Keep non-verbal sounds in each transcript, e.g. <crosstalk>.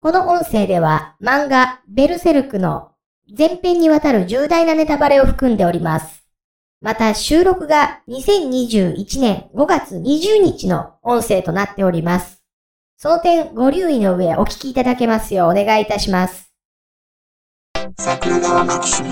この音声では漫画ベルセルクの前編にわたる重大なネタバレを含んでおります。また収録が2021年5月20日の音声となっております。その点ご留意の上お聞きいただけますようお願いいたします。桜川マキシム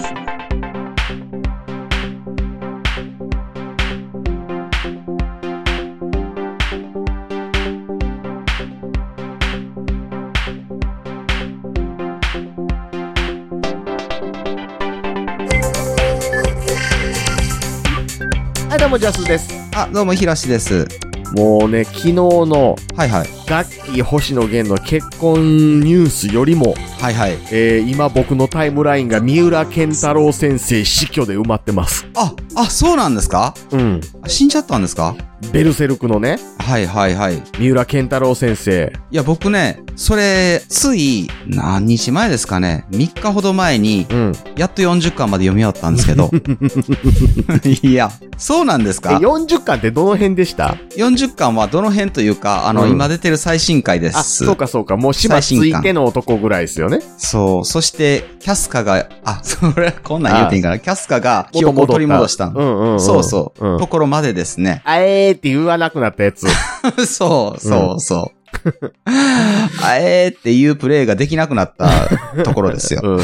はい、どうも、ジャスです。あ、どうも、ひろしです。もうね、昨日の、はいはい。ガッキー星野源の結婚ニュースよりも、はいはい。えー、今僕のタイムラインが三浦健太郎先生死去で埋まってます。あ、あ、そうなんですかうん。死んじゃったんですかベルセルクのね、はいはいはい。い三浦健太郎先生。や、僕ね、それ、つい、何日前ですかね。3日ほど前に、うん。やっと40巻まで読み終わったんですけど。 <laughs> いや、そうなんですえ、か40巻ってどの辺でした ?40 巻はどの辺というか、あの、うん今出てる最新回です。あ、そうかそうか。もう島最つ新刊いての男ぐらいですよね。そう。そして、キャスカが、あ、それ、こんなん言うていいんかな。キャスカが記憶を取り戻した。元々うんうん、うん。そうそう、うんところまでですね。あえーって言わなくなったやつ。 <laughs> そう、そう、そう。あえーっていうプレイができなくなったところですよ。うん、うん。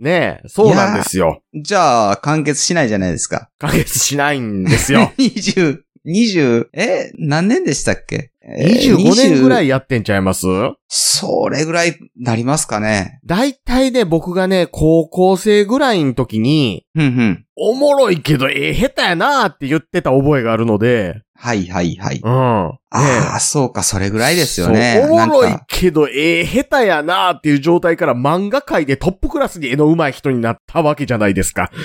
ねえ、 <laughs> そうなんですよ。じゃあ、完結しないじゃないですか。完結しないんですよ。 20、20、え、何年でしたっけ25年ぐらい。20いやってんちゃいますそれぐらいなりますかね。大体ね、僕がね、高校生ぐらいの時に、うんうん。おもろいけど、ええ、下手やなーって言ってた覚えがあるので、はいはいはい。うん。ねああ、そうか、それぐらいですよね。そうおもろないんかけど、ええ、下手やなーっていう状態から漫画界でトップクラスに絵の上手い人になったわけじゃないですか。 <laughs>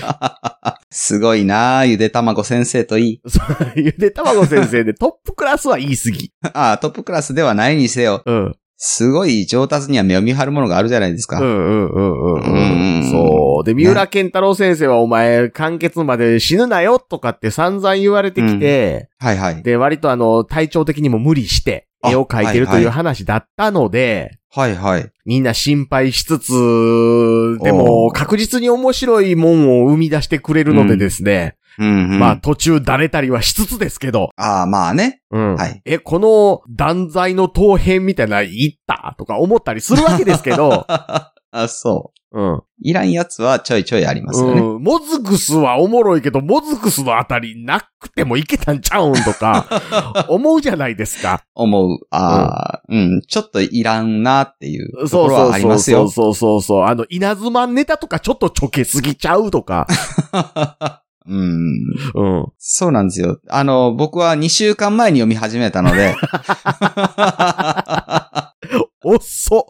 すごいなあゆでたまご先生といい。 <laughs> ゆでたまご先生でトップクラスは言い過ぎ。ああ、トップクラスではないにせよ。うん。すごい上達には目を見張るものがあるじゃないですか。うんうんうんうんうんう。うんんそう。で、三浦健太郎先生はお前、完結まで死ぬなよとかって散々言われてきて、はいはい。で、割とあの、体調的にも無理して、あ絵を描いてるとはいいうはい話だったので、はいはい。みんな心配しつつ、でもおー確実に面白いもんを生み出してくれるのでですね、うん、うん。まあ途中だれたりはしつつですけど、ああ、まあね。うんはい、え、この断罪の当編みたいな言ったとか思ったりするわけですけど <laughs> あ、そう。うんいらんやつはちょいちょいありますよね。うん、モズクスはおもろいけど、モズクスのあたりなくてもいけたんちゃうん <laughs> とか、思うじゃないですか。思う。ああ、うん、ちょっといらんなっていうとそこうろそはうありそうますそうよ。そうそうそう。あの、稲妻ネタとかちょっとちょけすぎちゃう <laughs> とか。うん。うん。そうなんですよ。あの、僕は2週間前に読み始めたの <laughs> で。おっそ。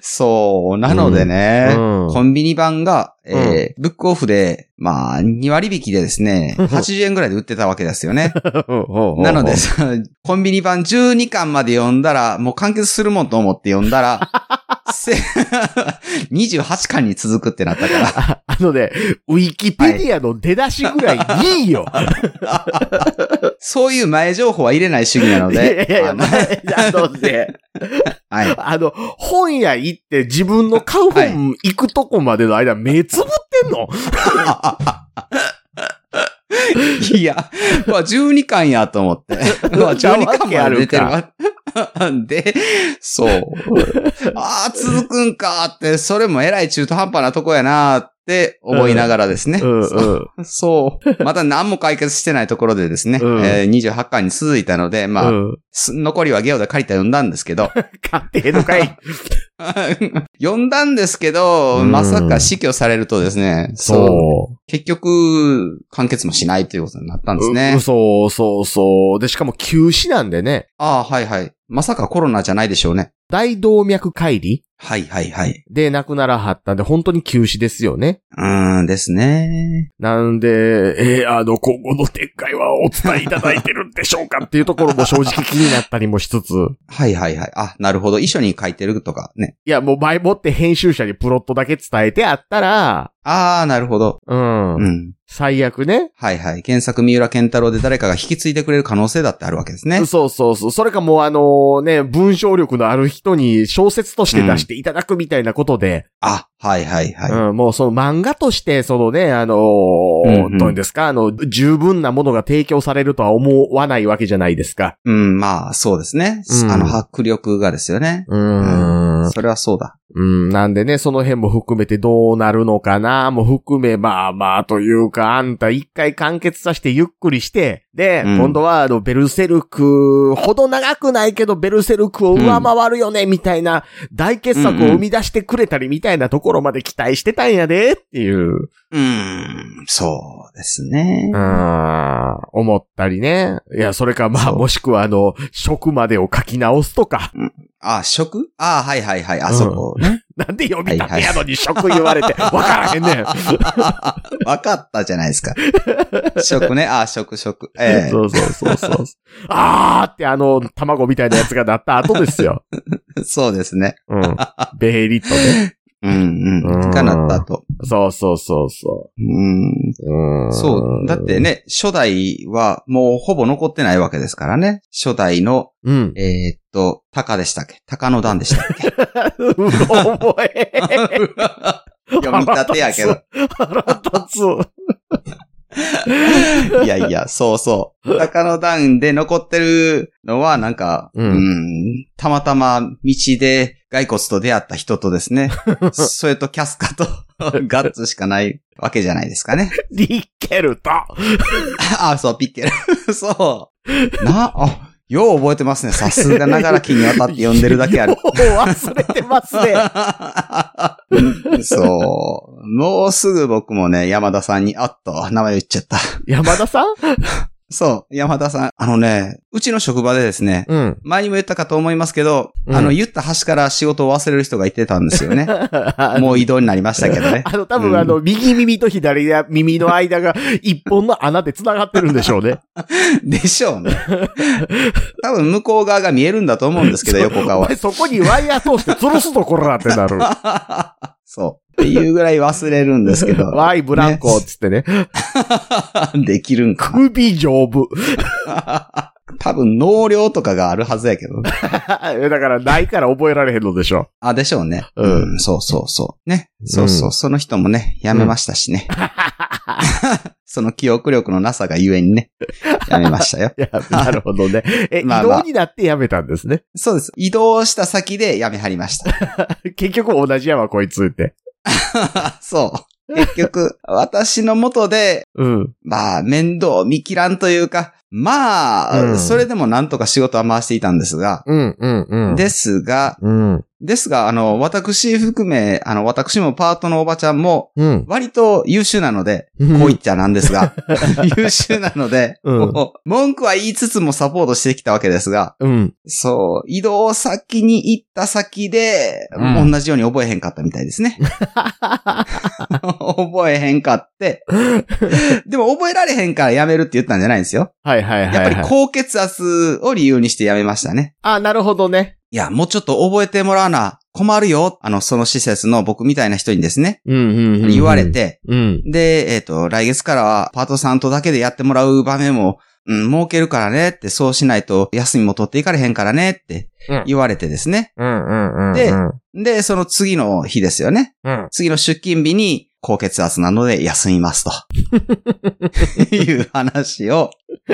そう、なのでね。うんコンビニ版が、えーブックオフで、まあ、2割引きでです <laughs> ね、80円ぐらいで売ってたわけですよね。なので、そのコンビニ版12巻まで読んだら、もう完結するもんと思って読んだ <laughs> ら、せ28巻に続くってなったから。ああのね、ウィキペディアの出だしぐらいいいよ。そういう前情報は入れない主義なのいやいでや。いや、あの前あのね、はい。あの、本屋行って自分の買う本行くとこまでの間、目つぶってんのいや、うわ、12巻やと思って。 <laughs> うわ、12巻まで出てるわ。 <laughs> で、そう。ああ、続くんかって、それもえらい中途半端なとこやなーって思いながらですね。うんそううん。そう。 <laughs> また何も解決してないところでですね、うんえー28巻に続いたので、まあ、うんす残りはゲオで借りて読んだんですけど、買ってへんのかい。読んだんですけど、うんまさか死去されるとですね、 <laughs> そう。結局、完結もしないということになったんですね。うそうそうそう。で、しかも休止なんでね、ああ、はいはい。まさかコロナじゃないでしょうね。大動脈解離はいはいはい。で亡くならはったんで、本当に休止ですよね。うーんですね。なんで、えーあの、今後の展開はお伝えいただいてるんでしょうかっていうところも正直気になったりもしつつ。はいはいはい。あ、なるほど。遺書に書いてるとかね。いや、もう前もって編集者にプロットだけ伝えてあったら、ああ、なるほど。うん。うん。最悪ね。はいはい。原作三浦健太郎で誰かが引き継いでくれる可能性だってあるわけですね。そうそうそう。それかもうあのね、文章力のある人に小説として出していただくみたいなことで、あ、はいはいはい。うん、もうその漫画として、そのね、あのーうんうんどういうんですか、あの、十分なものが提供されるとは思わないわけじゃないですか。うん、まあ、そうですね。うんあの、迫力がですよね。うーん。それはそうだ。うん、なんでね、その辺も含めてどうなるのかな、も含め、まあまあというか、あんた一回完結させてゆっくりして、で、うん今度はあの、ベルセルクほど長くないけど、ベルセルクを上回るよね、みたいな、大傑作を生み出してくれたりみたいなところまで期待してたんやで、っていう。うん、そうですね。うん、思ったりね。いや、それか、まあ、もしくは、あの、食までを書き直すとか、あ、食あ、はいはいはい。あそこね。なんで呼び立てやのに食言わ <laughs> れて、わからへんねん。わかったじゃないです <laughs> か。食ね。あ、食食。 <laughs> ええそうそうそうそう。 <laughs> あーって、あの、卵みたいなやつがなった後ですよ。そうですね。うん。 <laughs> ベーリットね。うんううんん。がなったと。そうそうそうそうん。う。うんそう。だって。ね、初代はもうほぼ残ってないわけですからね。初代の、うん。えーっと、鷹でしたっけ鷹の段でしたっ <laughs> け重え。読み立てやけど。腹立つ。 <laughs> いやいや、そうそう。鷹の段で残ってるのは、なんか、ううんん、たまたま道で骸骨と出会った人とですね、それとキャスカと <laughs> ガッツしかないわけじゃないですかね。 <laughs> リッケルと。あ、そう、ピッケル。 <laughs> そう。な、あ、よう覚えてますね。さすがながら気に渡って呼んでるだけあるも。う忘れてます <laughs> ね。そう。もうすぐ僕もね、山田さんに、あっと、名前言っちゃった。山田さんそう、山田さん。あのね、うちの職場でですね、 <laughs> うん。前にも言ったかと思いますけど、うんあの、言った端から仕事を忘れる人がいてたんですよ <laughs> ね。もう移動になりましたけどね。あの、多うん分あの、右耳と左耳の間が一本の穴で繋がってるんでしょ <laughs> うね。でしょうね。多分向こう側が見えるんだと思うんですけど、横お顔は前。 <laughs> そこにワイヤー通して吊るすところだってなる。 <laughs> そう。っていうぐらい忘れるんですけど。ワイブランコっつってね。 <laughs> できるんか。首丈夫。多分、能量とかがあるはずやけど。 <laughs> だから、ないから覚えられへんのでしょ。あ、でしょうね。うんうん、そうそうそう。ね。そうそうう、その人もね、辞めましたしね。 <laughs> その記憶力のなさがゆえにね、辞めました <laughs> よ。いや、なるほどね。 <laughs> え、移まあまあ動になってやめたんですね。 <laughs> そうです。移動した先で辞めはりました。結局同じやわ、こいつって。 <laughs> そう。結局、私のもとで、うん。まあ、面倒見切らんというか、まあ、うんそれでもなんとか仕事は回していたんですが、うん、うん、うん。ですが、うん。ですが、あの、私含め、あの、私もパートのおばちゃんも、うん。割と優秀なので、こう言っちゃなんです <laughs> が、優秀なので、うんこう文句は言いつつもサポートしてきたわけですが、うん。そう、移動先に行った先で、うん同じように覚えへんかったみたいですね。 <laughs> 覚えへんかって。でも覚えられへんからやめるって言ったんじゃないんですよ。はいはいはい、やっぱりう。高血圧を理由にしてやめましたね。あ、なるほどね。いや、もうちょっと覚えてもらわな、困るよ。あの、その施設の僕みたいな人にですね、うん、うん、うん。言われ。て、うん。で、えっ、と、来月からはパートさんとだけでやってもらう場面も、うん、設けるからねって、そうしないと休みも取っていかれへんからねってうん言われてですね。うん、うん、うん。でうん。で、その次の日ですよね。うん。次の出勤日に高血圧なので休みますと。 <laughs> いう話を、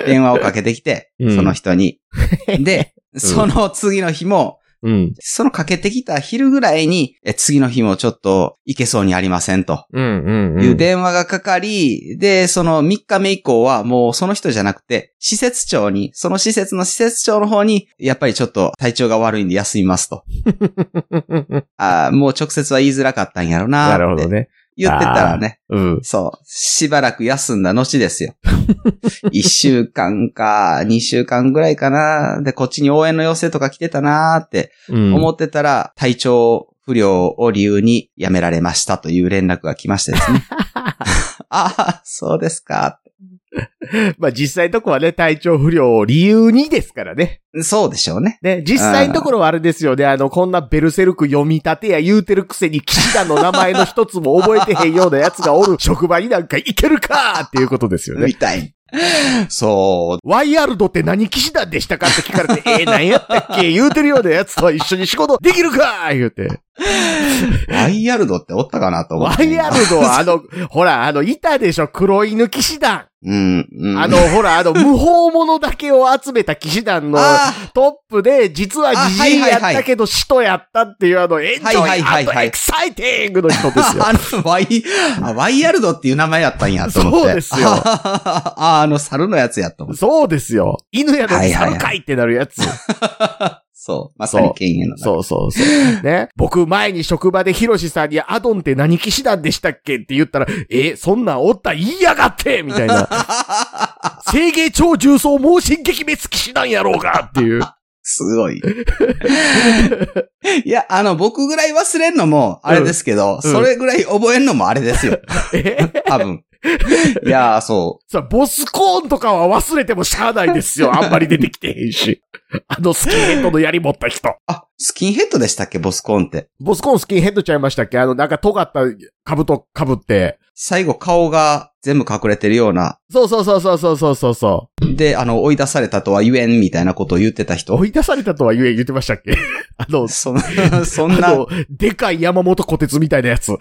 電話をかけてきて、うんその人に。 <laughs> で、その次の日も、うん。そのかけてきた昼ぐらいに、え次の日もちょっと行けそうにありませんと。うん、うん。いう電話がかかり、で、その3日目以降はもうその人じゃなくて、施設長に、その施設の施設長の方に、やっぱりちょっと体調が悪いんで休みますと。あーもう直接は言いづらかったんやろな <laughs> なるーほっどてね。言ってたらね、うん。そう、しばらく休んだ後です <laughs> よ。1週間か、2週間ぐらいかな、で、こっちに応援の要請とか来てたなーってうん。思ってたら、体調不良を理由に辞 <laughs> められましたという連絡が来ましてですね。ああ、そうですか。まあ実際のとこはね、体調不良を理由にですからね。そうでしょうね。ね、実際のところはあれですよね。あの、こんなベルセルク読み立てや言うてるくせに、騎士団の名前の一つも覚えてへんようなやつがおる <laughs> 職場になんか行けるかっていうことですよね。みたい。そワイヤルドって何騎士団でしたかって聞かれて、 <laughs> えー、何やったっけ言うてるようなやつと一緒に仕事できるか言うて。う。ワイヤルドっておったかなと思っワて。イヤルドはあ <laughs> の、ほら、あの、いたでしょ黒犬騎士団。うん、うん。あの、ほら、あの、無法者だけを集めた騎士団のあトップで、実はジジイやったけど、使徒やったっていうあの、エンジョはイ、いはいはいはいエクサイティングの人ですよ。あの、ワイ、あワイヤルドっていう名前やったんやと思って。そうですよあ <laughs> あ、あの、猿のやつやと思って。 <laughs> そうですよ。犬やのに猿かいってなるやつ。そう。まさに犬猿の名前。そうそうそう。ね。僕前に職場でヒロシさんにアドンって何騎士団でしたっけって言ったら、え、そんなんおった言いやがってみたい <laughs> な。制芸超重装猛進撃滅騎士団やろうがって <laughs> いう。 <laughs> すごい。いや、あの、僕ぐらい忘れんのも、あれですけど、うんそれぐらい覚えんのもあれです <laughs> よ。え多分。いやー、そさ、ボスコーンとかは忘れてもしゃあないですよ。あんまり出てきてへんし。あのスキンヘッドの槍持った人。う。あ、スキンヘッドでしたっけ、ボスコーンって。ボスコーンスキンヘッドちゃいましたっけあの、なんか尖った兜被って。最後、顔が全部隠れてるような。そうそうそうそうそうそうそうそで、あの、追い出されたとは言えんみたいなことを言ってたう。人。追い出されたとは言え言ってましたっ <laughs> けあの、そんそんあな、の、でかい山本小鉄みたいなやつ。そう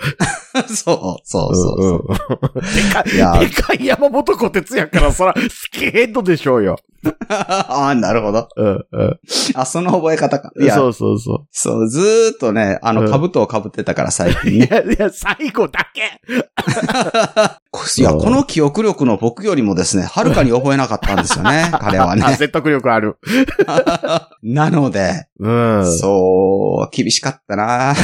そう、そうそうそう。でかいやい、でかい山本小鉄やから、そら、スキンヘッドでしょうよ。 <laughs> ああ、なるほど。うん、うん。あ、その覚え方か。いや、そそううそうそう。ずーっとね、あの、兜を被ってたから最 <laughs> 近いね。や、いや、最後だけいや、この記憶力の僕よりもですね、はるかに覚えなかったんですよ <laughs> ね、彼はあ、ね。説得力ある。なので、うん。そう、厳しかった <laughs> な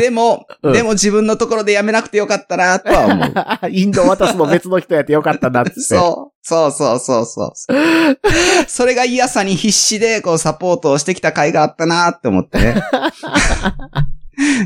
でも、うんでも自分のところでやめなくてよかったなとは <laughs> 思う。インドを渡すの別の人やってよかったなっつって。そう、そうそうそう <laughs> そう。それが嫌さに必死で、こう、サポートをしてきた甲斐があったなって思って <laughs> ね。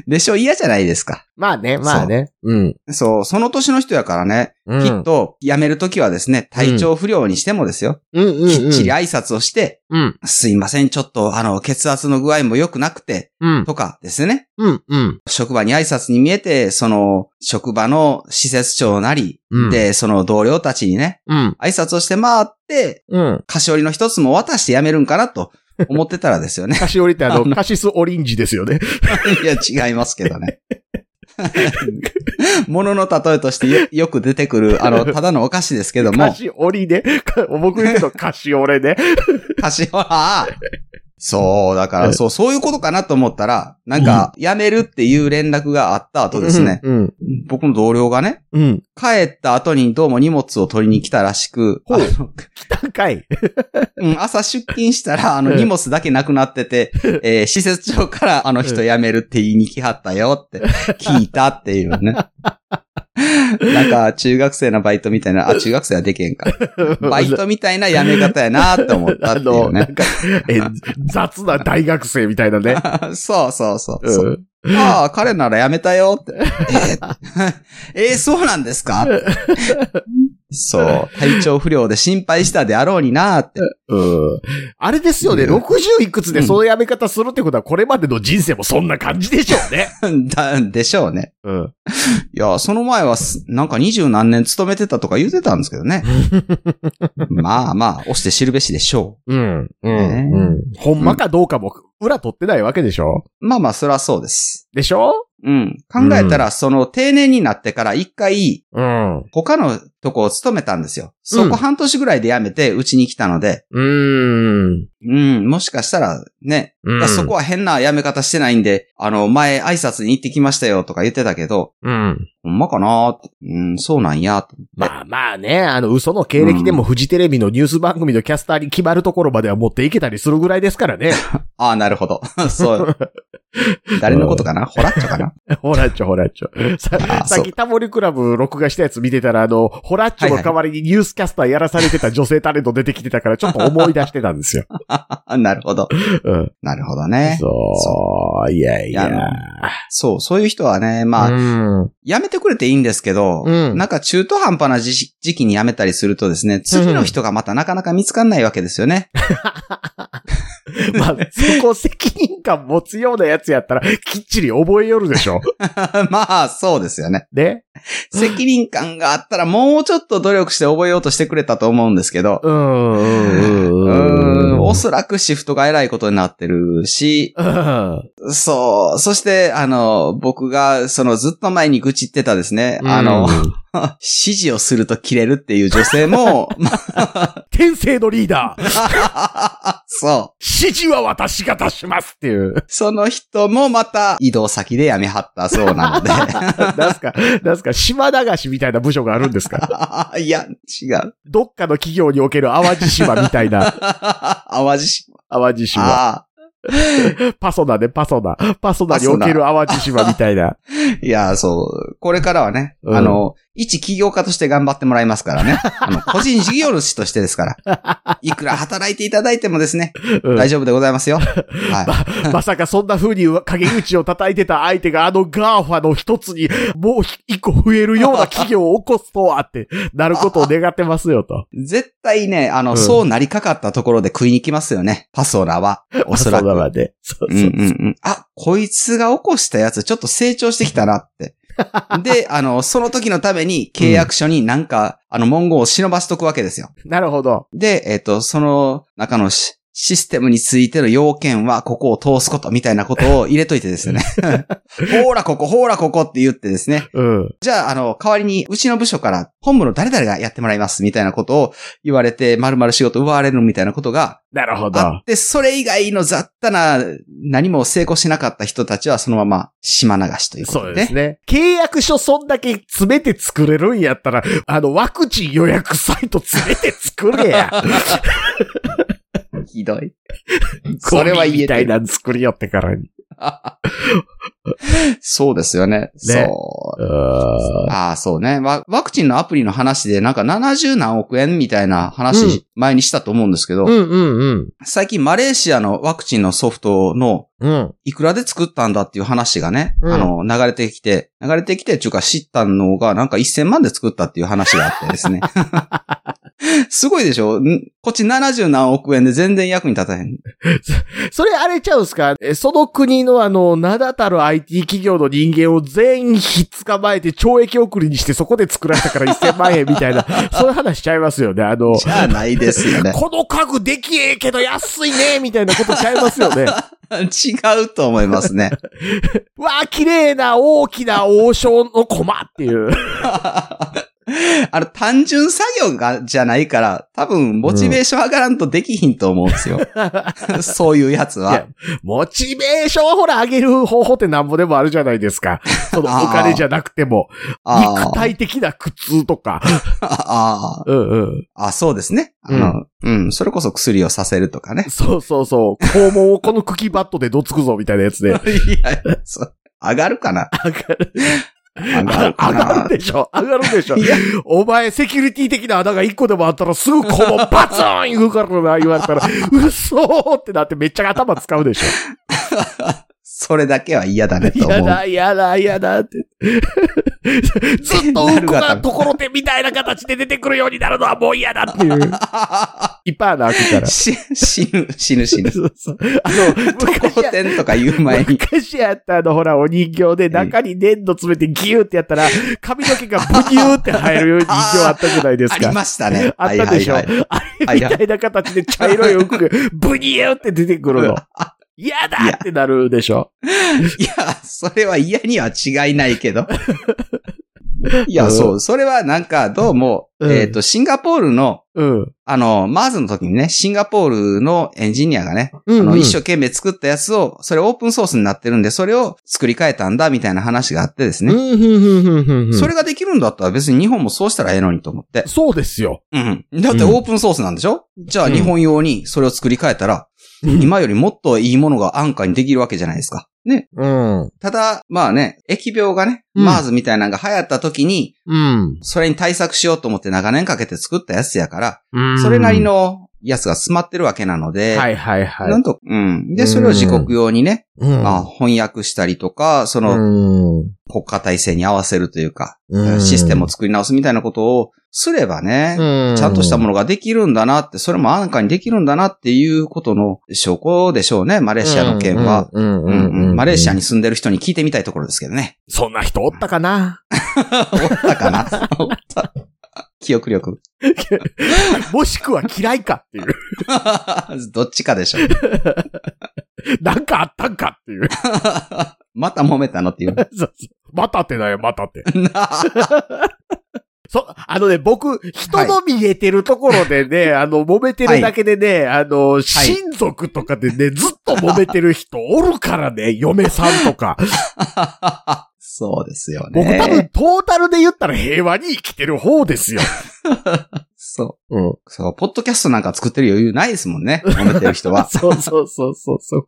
でしょ、嫌じゃないですか。まあね、まあね。うん。そう、その年の人やからね、うんきっと、辞めるときはですね、体調不良にしてもですよ、うんうんうん。きっちり挨拶をして、うん。すいません、ちょっと、あの、血圧の具合も良くなくて、うん。とかですね。うん。うん。職場に挨拶に見えて、その、職場の施設長なり、うんで、その同僚たちにね、うん。挨拶をして回って、うん。菓子折りの一つも渡してやめるんかなと思ってたらですよね。 <laughs> カシオリってああの、のカシスオリンジですよね。いや、違いますけどね。 <laughs> ものの例えとしてよよく出てくる、あの、ただのお菓子ですけどカも、シオリね。か <laughs> 僕言うとカシオレね。菓子折り、そう、だから、そう、そういうことかなと思ったら、なんか、辞めるっていう連絡があった後ですね、うん。僕の同僚がね、うん。帰った後にどうも荷物を取りに来たらしく、ほあうの高い。うん朝出勤したら、あの、うん荷物だけなくなってて、 <laughs> えー施設長から、あの人辞めるって言いに来はったよって聞いたっていう <laughs> ね。なんか、中学生のバイトみたいな、あ、中学生はでけん <laughs> か。バイトみたいな辞め方やなって思ったあっていの、う <laughs> なね。んか、え、雑な大学生みたいなね。そうそうそう <laughs> そうう。<laughs> ん。ああ、彼なら辞めたよって。えーえーそうなんですか <laughs> そう。体調不良で心配したであろうになって。 <laughs> うん。あれですよね、うん60いくつでそのやめ方するってことは、これまでの人生もそんな感じでしょうね。だ、でしょうね。うん。いや、その前はす、なんか二十何年勤めてたとか言ってたんですけど <laughs> ね。まあまあ、押して知るべしでしょうん。うねん。ほんまかどうかも、裏取ってないわけでしょう。まあまあ、そりゃそうです。でしょうん。考えたら、その定年になってから一回、うん。う他のとこを勤めたんですよ。そこ半年ぐらいで辞めて、うちに来たので、ーん。うん、もしかしたらね、ういやそこは変な辞め方してないんで、あの、前挨拶に行ってきましたよとか言ってたけど、うん。ほんまかなーってうん、そうなんやーって。まあまあね、あの、嘘の経歴でもフジテレビのニュース番組のキャスターに決まるところまでは持っていけたりするぐらいですから <laughs> ね。ああ、なるほど。 <laughs> そう。 <laughs> 誰のことかなホラッチョかなほらちょほらちょ。さあさっそきタモリクラブ録画したやつ見てたら、あの、ホラッチョの代わりにニュースキャスターやらされてた女性タレント出てきてたから、ちょっと思い出してたんですよ。 <laughs> なるほど。 <laughs> うん。なるほどね。そう、いやいやい。そう、そういう人はね、まあ、うん。やめてくれていいんですけど、うんなんか中途半端な時時期にやめたりするとですね、次の人がまたなかなか見つかんないわけですよね。 <laughs> まあ、そこ責任感持つようなやつやったら、きっちり覚えよるでしょ。まあ、そうですよね。ね。責任感があったらもうちょっと努力して覚えようとしてくれたと思うんですけど、うん、うん、うーんおそらくシフトが偉いことになってるし、うん。そう、そして、あの、僕が、そのずっと前に愚痴ってたですね、あの、指示をすると切れるっていう女性 <laughs> も、ま天性のリーダー、あ、そう。指示は私が出しますっていう。その人もまた移動先で辞めはったそうなのなんすか、なんすか、島流しみたいな部署があるんですかで。 <laughs> いや、違う。どっかの企業における淡路島みたいな、淡路島。淡路島。あパソナでパソナ。パソナにおける淡路島みたいな。あ。いや、そう。これからはね、うんあの、一起業家として頑張ってもらいます <laughs> からね。あの個人事業主としてですから。いくら働いていただいてもですね、うん大丈夫でござい <laughs> ますよ。はまさかそんな風に陰口を叩いてた相手があのガーファの一つにもう一個増えるような企業を起こすとはってなることを願ってますよと。い。絶対ね、あの、うんそうなりかかったところで食いに来ますよね。パソラは。おそらく。 <laughs> パソナまで。そううんうんうん。あ、こいつが起こしたやつ、ちょっと成長してきたな <laughs> って。で、あの、その時のために契約書になんか、あの、文言を忍ばしとくわけですよ。なるほど。で、えっ、と、その中のシシステムについての要件は、ここを通すこと、みたいなことを入れといて <laughs> ですね。ほーらここ、ほーらここって言ってですね。うん。じゃあ、あの、代わりに、うちの部署から、本部の誰々がやってもらいます、みたいなことを言われて、まるまる仕事奪われるみたいなことが、なるほあどっ。て、それ以外の雑多な、何も成功しなかった人たちはそのまま島流しというこそとでうでね。すね。契約書そんだけ詰めて作れるんやったら、あの、ワクチン予約サイト詰めて作れや。ひどい。 <laughs> そそれれはは言言ええたているな作りよってからに。そうですよね。ねそう。ああ、そうねワ。ワクチンのアプリの話でなんか70何億円みたいなうん話前にしたと思うんですけど、うんうん最近マレーシアのワクチンのソフトのうん。うん。いくらで作ったんだっていう話がね、うんあの、流れてきて、流れてきてっていうか知ったのが、なんか1000万で作ったっていう話があってですね。 <laughs> すごいでしょんこっち70何億円で全然役に立たへん。それあれちゃうんすかえその国のあの、名だたる IT 企業の人間を全員ひっ捕まえて懲役送りにしてそこで作らせたから1000万円みたい <laughs> な、そういう話しちゃいますよね。あの、じゃあないですよね。 <laughs> この家具できええけど安いねみたいなことちゃいますよね。違うと思いますね。わあ、綺麗な大きな王将の駒っていう。 <laughs> あの、単純作業が、じゃないから、多分、モチベーション上がらんとできひんと思うん <laughs> ですよ。そういうやついはや。モチベーションをほら上げる方法ってなんぼでもあるじゃないですか。そのお金じゃなくても、あ肉ー体的な苦痛とか。あー、うんうん。あ、そうですね。あの、うん、それこそ薬をさせるとかね。そうそうそう。肛門をこの茎バットでどつくぞみたいなやつで。いや、そう上がるかな上がる。 <laughs> 上が上るかがるなでしょ上がるでしょいやお前セキュリティ的な穴が一個でもあったらすぐ肛門バツーン行くからな言われたら、嘘ーってなってめっちゃ頭使うでしょ。それだけは嫌だねと思やう。だ、やだ、やだって。 <laughs> ずっとうんこがところてみたいな形で出てくるようになるのはもう嫌だっていう。 <laughs> いっぱいある開くから。し <laughs> 死ぬ、死ぬ、死ぬ。そうそう。あの、昔好や天とか言う前に。昔やったあの、ほら、お人形で中に粘土詰めてギューってやったら、髪の毛がブニューって入る人形あったじゃない <laughs> ですありか。ましたね。あったでしょ。はあいはいはいれみたいな形で茶色いうんこがブニューって出てく <laughs> るの。嫌だってなるでしょ。 <laughs> いや、それは嫌には違いない <laughs> けど。いうや、んそう。それはなんか、どうも、うんえっと、シンガポールの、うん。あの、マーズの時にね、シンガポールのエンジニアがね、うあんの、一生懸命作ったやつを、それオープンソースになってるんで、それを作り変えたんだ、みたいな話があってですね。ねそれができるんだったら別に日本もそうしたらええのにと思って。そうです <laughs> よ。うん。だってオープンソースなんでしょ、じゃあうん日本用にそれを作り変えたら、今よりもっといいものが安価にできるわけじゃないですか。ね。うん。ただ、まあね、疫病がね、うんマーズみたいなのが流行った時に、うん。それに対策しようと思って長年かけて作ったやつやから、うんそれなり。のやつが詰まってるわけなので、はいはいはい。なんと、うん。で、それを自国用にね、うんまあ、翻訳したりとか、そのうん国家体制に合わせるというか、うんシステムを作り直すみたいなことをすればね、うちゃんとしたもの。のができるんだなって、それも安価にできるんだなっていうことの証拠でしょうね、マレーシアの件は。うん。ううんん。うんマレーシアに。に住んでる人に聞いてみたいところですけどね。そんな人おったかな <laughs> おったか <laughs> なおった。記憶力。もしくは嫌いかっていう。 <laughs> <laughs> どっちかでしょう。なんかあったんかっていう。 <laughs> また揉めたのっていう。そうそうまたってだよ、またって。そ、あのね、僕、人の見えてるところでね、 <laughs> あの、揉めてるだけでね、あの、親族とかでね、ずっと揉めてる人おるからね、嫁さんと <laughs> か。 <laughs> そうですよね。僕多分、トータルで言ったら平和に生きてる方ですよ。そう。うん。そう、ポッドキャストなんか作ってる余裕ないですもんね。揉めてる人 <laughs> は。 <laughs> そうそうそうそうそう。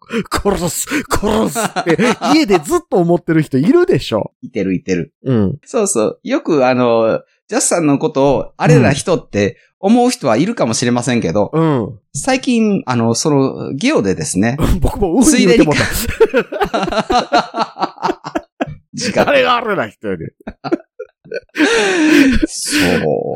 殺す、殺す <laughs> って、家でずっと思ってる人いるでしょ。いてるいてる。うん。そうそう。よくあの、ジャスさんのことを、あれな人って思う人はいるかもしれませんけど、うん。 <laughs> 最近、あの、その、ゲオでです <laughs> ね、僕もうん言うてもうた。 <laughs> 時間あれがあれな人よね。そ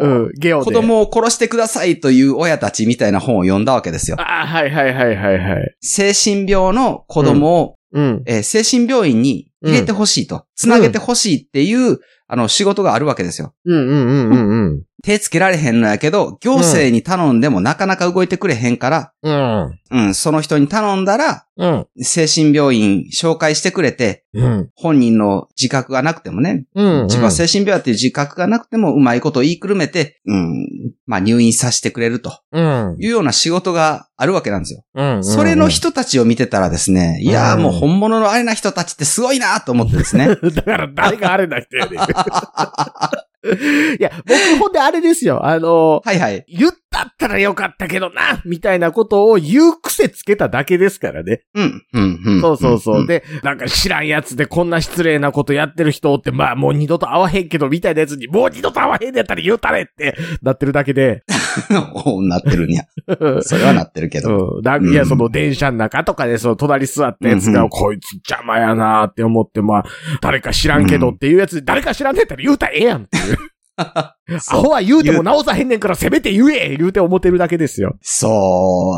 う、 <laughs> うん。ゲオで。子。供を殺してくださいという親たちみたいな本を読んだわけですよ。ああ、はいはいはいはいはい。精神病の子供を、うん。えー精神病院に入れてほしいと、つなげてほしいっていう、あの、仕事があるわけですよ。うんうんうんうんうん。手つけられへんのやけど、行政に頼んでもなかなか動いてくれへんから、うん。うん、その人に頼んだら、うん。精神病院紹介してくれて、うん。本人の自覚がなくてもね、うん。自分は精神病だっていう自覚がなくてもうまいこと言いくるめて、うん、まあ入院させてくれるとうん。いうような仕事があるわけなんですよ。うん。それの。人たちを見てたらですね、いやーもう本物のあれな人たちってすごいなと思ってですね。だから誰があれな人 <laughs> やねん。いや、僕ほんであれですよ。あの、 <laughs> はいはい。言ったったらよかったけどな、みたいなことを言う癖つけただけですからね。うん、うん、うん。そうそうそう。ん。で、なんか知らんやつでこんな失礼なことやってる人おって、まあもう二度と会わへんけど、みたいなやつに、もう二度と会わへんのやったら言うたれって、なってるだけで。 <laughs> <laughs> おなってるにゃ。それはなってるけど。うん。なんうんいや、その電車の中とかで、その隣座ったやつうが、んうんこいつ邪魔やなーって思って、まあ、誰か知らんけどっていうやつ、誰か知らんねえったら言うたらええやんっていう。 <laughs> アホは言うても直さへんねんから、せめて言え言うて思ってるだけですよ。そ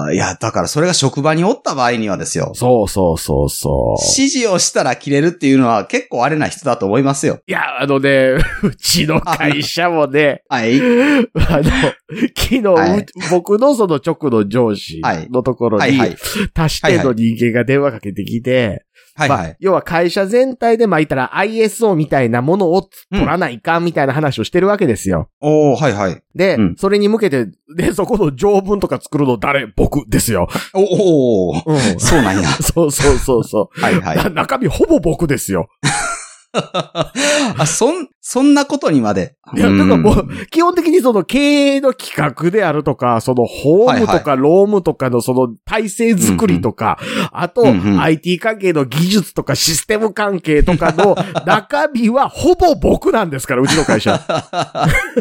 う。いや、だからそれが職場におった場合にはですよ。そうそうそうそう。指示をしたら切れるっていうのは結構あれな人だと思いますよ。いや、あのね、 <laughs> うちの会社もね、はい。あの、昨日、はいう僕のその直の上司はいのところはいにはい、。足しての人間が電話かけてきて、はいはまあい。要は会社全体で、まあ言ったら ISO みたいなものを取らないかんみたいな話をしてるわけですよ。おー、はいはい。で、うんそれに向けて、で、そこの条文とか作るの誰僕ですよ。おおそうなんや。 <laughs> そうそうそうそう。はいは。<laughs> ない中身ほぼ僕ですよ。あ、そん、そんなことにまで。いや、うんだからもう、基本的にその経営の企画であるとか、その法務とか労務とかのその体制作りとか、あと、うんうん IT 関係の技術とかシステム関係とか <laughs> の中身はほぼ僕なんですから、うちの <laughs> 会社。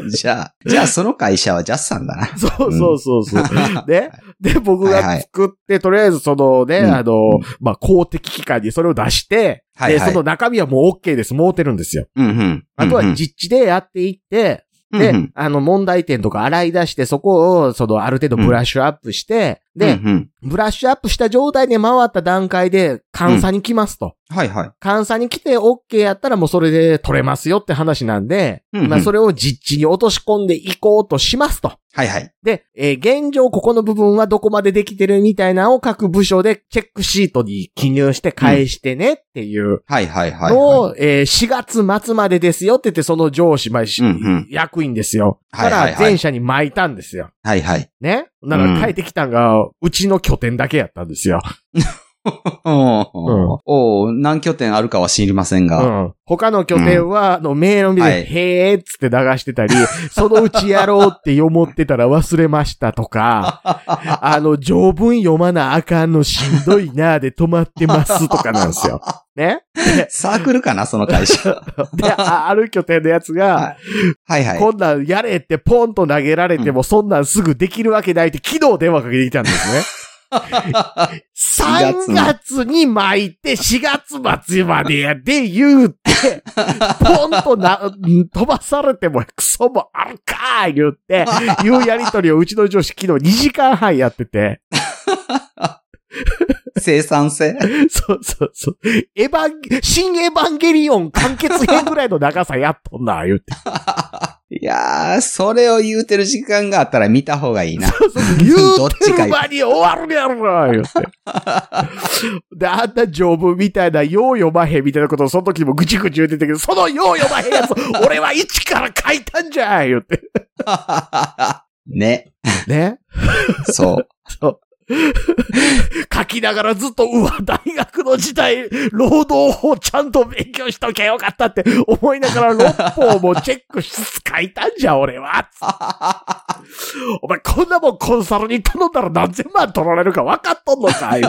じゃあ、 <laughs> じゃあその会社はジャスさんだな。そうそうそうそう。ね。 <laughs> で、僕はいはがい作って、とりあえずそのね、うんあの、まあ、公的機関にそれを出して、はいで、はいその中身はもう OK です。もうてるんですよ。うんうん。あとはうんうん実地でやっていって、で、うんあの、問題点とか洗い出して、そこを、その、ある程度ブラッシュアップして、うんで、うんうんブラッシュアップした状態で回った段階で、監査に来ますと。はいはい。監査に来て OK やったらもうそれで取れますよって話なんで、うんうんまあそれを実地に落とし込んでいこうとしますと。はいはい。で、えー現状ここの部分はどこまでできてるみたいなのを各部署でチェックシートに記入して返してねっていうはいはいはい。のを、はいえー4月末までですよって言ってその上司、まあしうんうん役員ですよ。はかいはいはいら全社に巻いたんですよ。はいはい。ねだから帰ってきたんが、うちの拠点だけやったんですよ。おーおー何拠点あるかは知りませんうが。ん。他の拠点は、あの、メールの見はて、いへーっつって流してたり、 <laughs> そのうちやろうって思ってたら忘れましたと <laughs> か、あの、条文読まなあかんのしんどいなーで止まってますとかなんですよ。ね。サークルかな、その会 <laughs> 社。で、あある拠点のやつが、はいはい。こんなんやれってポンと投げられても、そんなんすぐできるわけないって昨日電話かけてきたんですね。3月に巻いて4月末までやで言うて、ポンとな、飛ばされてもクソもあるかー言って、いうやりとりをうちの上司昨日2時間半やってて、生産性そうそうそう、エヴァン、新エヴァンゲリオン完結編ぐらいの長さやっとんな、言うて。いやー、それを言うてる時間があったら見た方がいいな。言うてる間に終わるやろ <laughs> 言って。で、あんな条文みたいな、よう読まへんみたいなことをその時もぐちぐち言ってたけど、そのよう読まへんやつ、俺は一から書いたんじゃん言って。ね。ね。そう。 <laughs> 書きながらずっと、うわ、大学の時代、労働法ちゃんと勉強しとけよかったって <laughs> 思いながら、六法もチェックしつつ書いたんじゃん、俺は。 <laughs> お前、こんなもんコンサルに頼んだら何千万取られるか分かっとんのか言う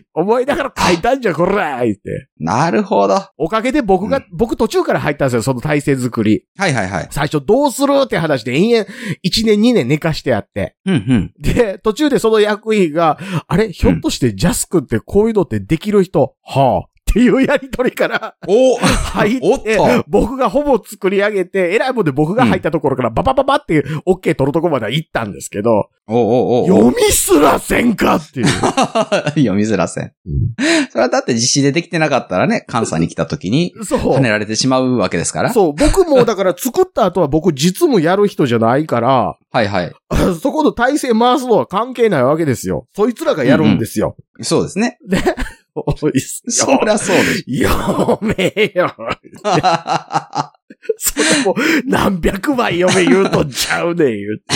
て <laughs> 思いながら書いたんじゃん、こら言って。なるほど。はおかげで僕が、う僕途中から入ったんですよ、その体制作り。いはいはい。最初どうするって話で延々1年2年寝かしてあって。うんうん。で、途中でその役員が、あれひょっとしてジャス君ってこういうのってできる人、はあ。っていうやりとりからお入っおってと、僕がほぼ作り上げて、えらいもんで僕が入ったところからババババって OK 取るとこまでは行ったんですけど、おうおうおう読みすらせんかっていう。 <laughs> 読みづらせん。それはだって実施でできてなかったらね、関西に来た時にそう。跳ねられてしまうわけですから。そう、僕もだから作った後は僕実務やる人じゃないから、 <laughs> はいはい。そこの体制回すのは関係ないわけですよ。そいつらがやるんですよ。そうですね。 <laughs> おいっすそりゃそうです。よ <laughs> 読めよ。 <laughs> それも何百枚読め言うとんちゃうねん言うて。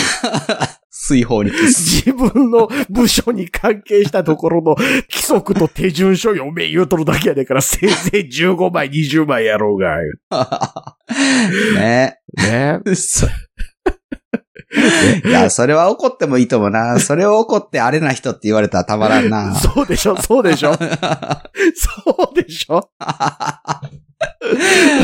水泡にキス。自分の部署に関係したところの規則と手順書読め言うとるだけやねんから、せいぜい15枚、20枚やろうが。言ねうね。そいや、それは怒ってもいいともな。それを怒ってあれな人って言われたらたまらんな。 <laughs> そうでしょ、そうでし <laughs> ょ。そうでしょ。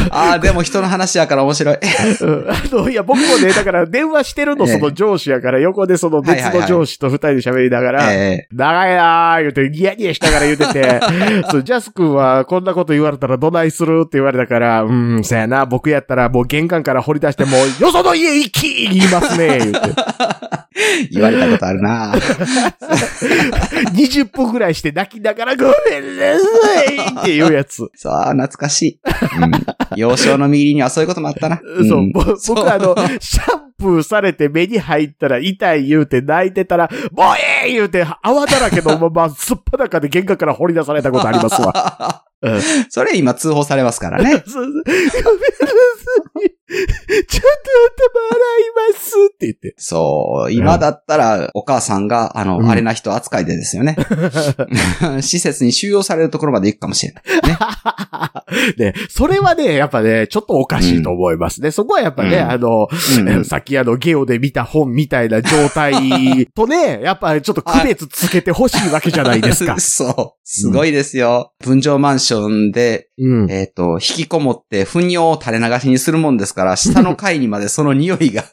ああ、でも人の話やから面白い。うんあの、いや、僕もね、だから電話してるの、ええその上司やから、横でその別の上司と二人で喋りながら、ええ長いなー言うて、ニヤニヤしながら言うて <laughs> て、そう、ジャス君はこんなこと言われたらどないするって言われたから、うーん、そやな、僕やったらもう玄関から掘り出してもう、よその家行き言いますね、言うて。言われたことある <laughs> な。 20分ぐらいして泣きながら、ごめんなさいっていうやつ。そう、懐かしい。うん、幼少の右にはそういうこともあったな。そう、んぼ僕あの、シャンプーされて目に入ったら痛い言うて泣いてたら、もうええ言うて泡だらけのまま、すっぱだかで玄関から掘り出されたことありますわ。うんそれ今通報されますからね。そうそうごめんなさい。ちょっと頭洗いますって言って。そう、今だったらお母さんが、あの、うんあれな人扱いでですよ <laughs> ね。 <laughs> 施設に収容されるところまで行くかもし <laughs> れない。ね、それはね、やっぱね、ちょっとおかしいと思いますね。そこはやっぱね、うんあの、うんうん。さっきあの、ゲオで見た本みたいな状態とね、やっぱちょっと区別つけてほしいわけじゃないですか <laughs> そう。すごいですよ。分譲マンションで、うん。えっ、と、引きこもって、糞尿を垂れ流しにするもんですから、下の階にまでその匂 <laughs> いが、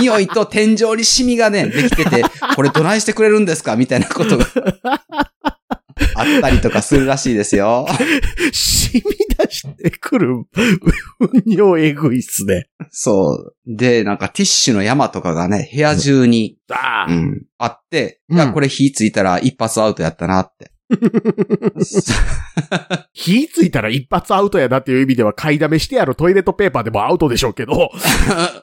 匂いと天井にシミがね、できてて、これどないしてくれるんですかみたいなこと <laughs> が。あったりとかするらしいです <laughs> よ。染み出してくる、尿えぐいっすね。そう。で、なんかティッシュの山とかがね、部屋中に、ああ、うん、あって、うんいや、これ火ついたら一発アウトやったな <laughs> って。火ついたら一発アウトやなっていう意味では買いだめしてやるトイレットペーパーでもアウトでしょうけど。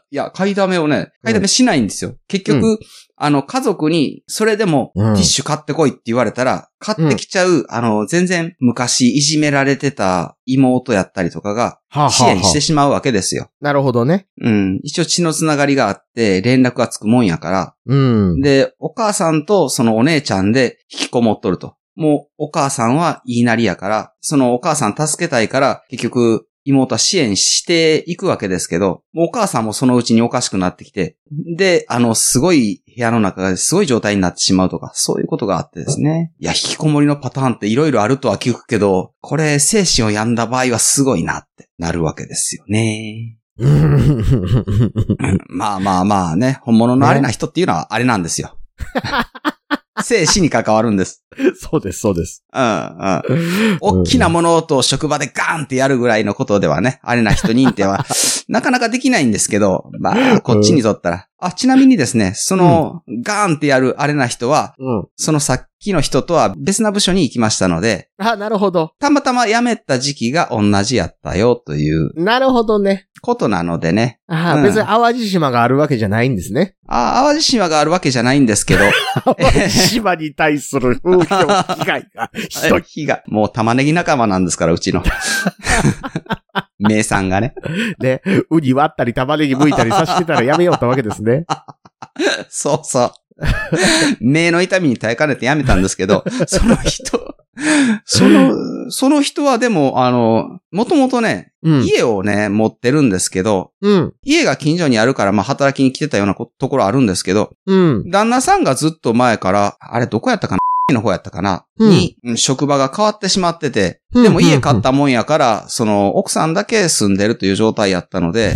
いや、買いだめをね、買いだめしないんですよ。結局、あの、家族に、それでも、うんティッシュ買ってこいって言われたら、買ってきちゃう、あの、全然昔いじめられてた妹やったりとかが、は支援してしまうわけですよ。なるほどね。うん。一応血のつながりがあって、連絡がつくもんやから。 <laughs> うん。で、お母さんとそのお姉ちゃんで引きこもっとると。もうお母さんは言いなりやから、そのお母さん助けたいから、結局、妹は支援していくわけですけど、もうお母さんもそのうちにおかしくなってきて、で、あの、すごい部屋の中がすごい状態になってしまうとか、そういうことがあってですね。いや、引きこもりのパターンっていろいろあるとは聞くけど、これ、精神を病んだ場合はすごいなってなるわけですよね。まあまあまあね、本物のあれな人っていうのはあれなんですよ。生死に関わるんです。そうです、そうです。うんうん。大きな物音を職場でガーンってやるぐらいのことではね、あれな人認定 <laughs> は、なかなかできないんですけど、まあ、こっちにとったら。あ、ちなみにですね、その、ガーンってやるあれな人は、うん。そのさっきの人とは別な部署に行きましたので、あ、なるほど。たまたま辞めた時期が同じやったよというなるほどね。ことなのでね。ああ、うん別に淡路島があるわけじゃないんで <laughs> すね。あ、淡路島があるわけじゃないんですけど、淡路島に対 <laughs> する風評被害がひどい。火が、もう玉ねぎ仲間なんですから、う <laughs> ちの。名産がね。ね、ウニ割ったり玉ねぎ剥いたりさしてたらやめようったわけで <laughs> すね。そうそう。目の痛みに耐えかねてやめたんですけど、その人、その、その人はでも、あの、もともとね、うん。家をね、持ってるんですけど、うん。家が近所にあるから、まあ、働きに来てたようなこところあるんですけど、うん。旦那さんがずっと前から、あれどこやったかなの方やったかな、うんに、うん職場が変わってしまってて、うんでも家買ったもんやから、その、奥さんだけ住んでるという状態やったので、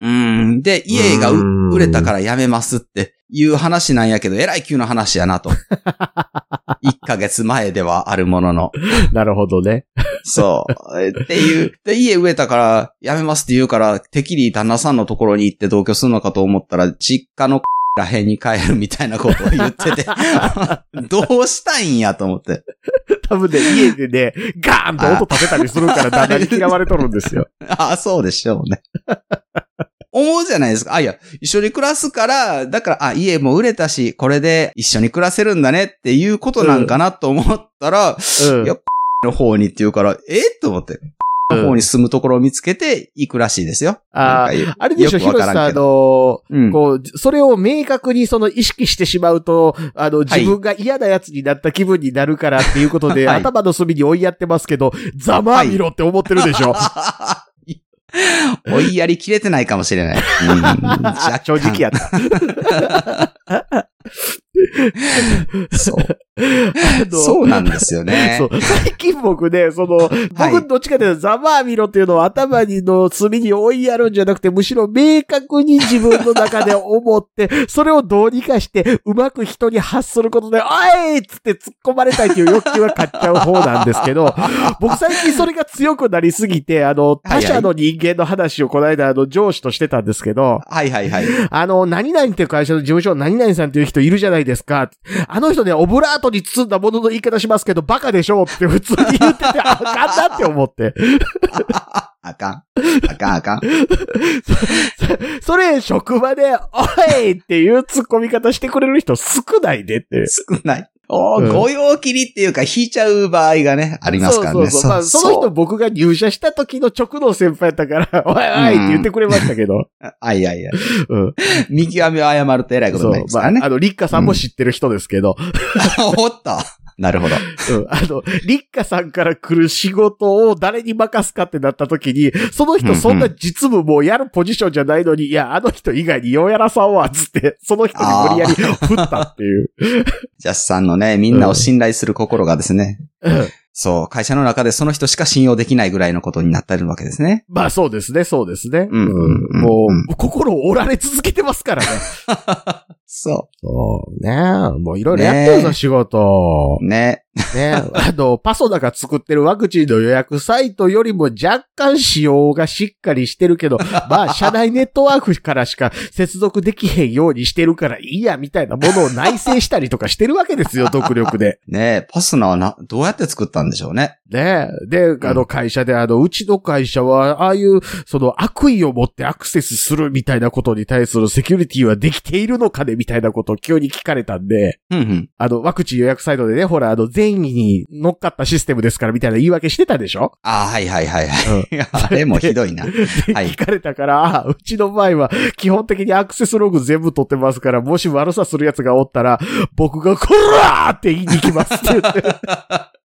うん。で、家がううん売れたからやめますっていう話なんやけど、えらい急な話やなと。1ヶ月前ではあるものの。 <laughs> なるほどね。そう。えっていう。で、家植えたからやめますって言うから、てっきり旦那さんのところに行って同居するのかと思ったら、実家のらへんに帰るみたいなことを言ってて、どうしたいんやと思って。多分ね、家でね、ガーンと音立てたりするから旦那に嫌われとるんですよ。 <laughs> ああ、そうでしょうね。思うじゃないですか。あ、いや、一緒に暮らすから、だから、あ、家も売れたし、これで一緒に暮らせるんだねっていうことなんかなと思ったら、うんいや。の方にっていうから、えと思って、の方に住むところを見つけて行くらしいですよ。あなんかいいあれでしよょ、ヒくロわかシさん、らあんけどのうん。こう、それを明確にその意識してしまうと、あの、自分が嫌なやつになった気分になるからっていうことで、はい頭の隅に追いやってますけど、ざまあみろって思ってるでしょ。 <laughs> 追いやり切れてないかもしれない。うん、若干 <laughs> 正直やった。 <laughs> そう。あ <laughs> のそうなんですよね。 <laughs> そう。最近僕ね、その、はい僕どっちかというとざまあみろっていうのを頭にの隅に追いやるんじゃなくて、むしろ明確に自分の中で <laughs> 思って、それをどうにかして、うまく人に発することで、おいっつって突っ込まれたいっていう欲求は買っちゃう方なんです <laughs> けど、僕最近それが強くなりすぎて、あの、他者の人間の話をこの間、あの、上司としてたんですけど、はいはいはい。あの、何々っていう会社の事務所の何々さんっていう人いるじゃないですか。あの人ね、オブラートに包んだものの言い方しますけど、バカでしょうって普通に言ってて、あかんなって思って。あかん。あかんあかん。それ、職場で、おいっていう突っ込み方してくれる人少ないでって。 <laughs> 少ない。おうんー、ご用切りっていうか、引いちゃう場合がね、ありますからね。そうそうそう。まあ、その人そう僕が入社した時の直の先輩だから、おいおいって言ってくれましたけ <laughs> ど。あ、いやいや。うん。見極めを誤ると偉いことそにうなりま。すまかあ、あらね。の、立花さんも知ってる人ですけど。おっと。 <laughs> なるほど。うん、あの、立花さんから来る仕事を誰に任すかってなった時に、そのうんう人んそんな実務もうやるポジションじゃないのに、いや、あの人以外にようやらさんは、つって、その人に無理やり振ったっ <laughs> ていう。ジャスさんのね、みんなを信頼する心がですね。うんそう、会社の中でその人しか信用できないぐらいのことになってるわけですね。まあそうですね、そうですね。うんうんうんもうんう、心を折られ続けてますからね。そそうね。もういろいろやってるぞ仕事う。ね。ね。あの、パソナが作ってるワクチンの予約サイトよりも若干仕様がしっかりしてるけど、まあ、社内ネットワークからしか接続できへんようにしてるからいいや、みたいなものを内製したりとかしてるわけですよ、独力で。ねパスナはな、どうやって作ったんでしょうね。ねで、あの会社で、あの、うちの会社は、ああいう、その悪意を持ってアクセスするみたいなことに対するセキュリティはできているのかね、でみたいなことを急に聞かれたんで、うんうん。あの、ワクチン予約サイトでね、ほら、あの、善意に乗っかったシステムですからみたいな言い訳してたでしょああ、はいはいはいはい。 <laughs> あれもひどいな。ではい聞かれたから、あうちの場合は基本的にアクセスログ全部取ってますから、もし悪さする奴がおったら、僕がこらーって言いに行きますって言って、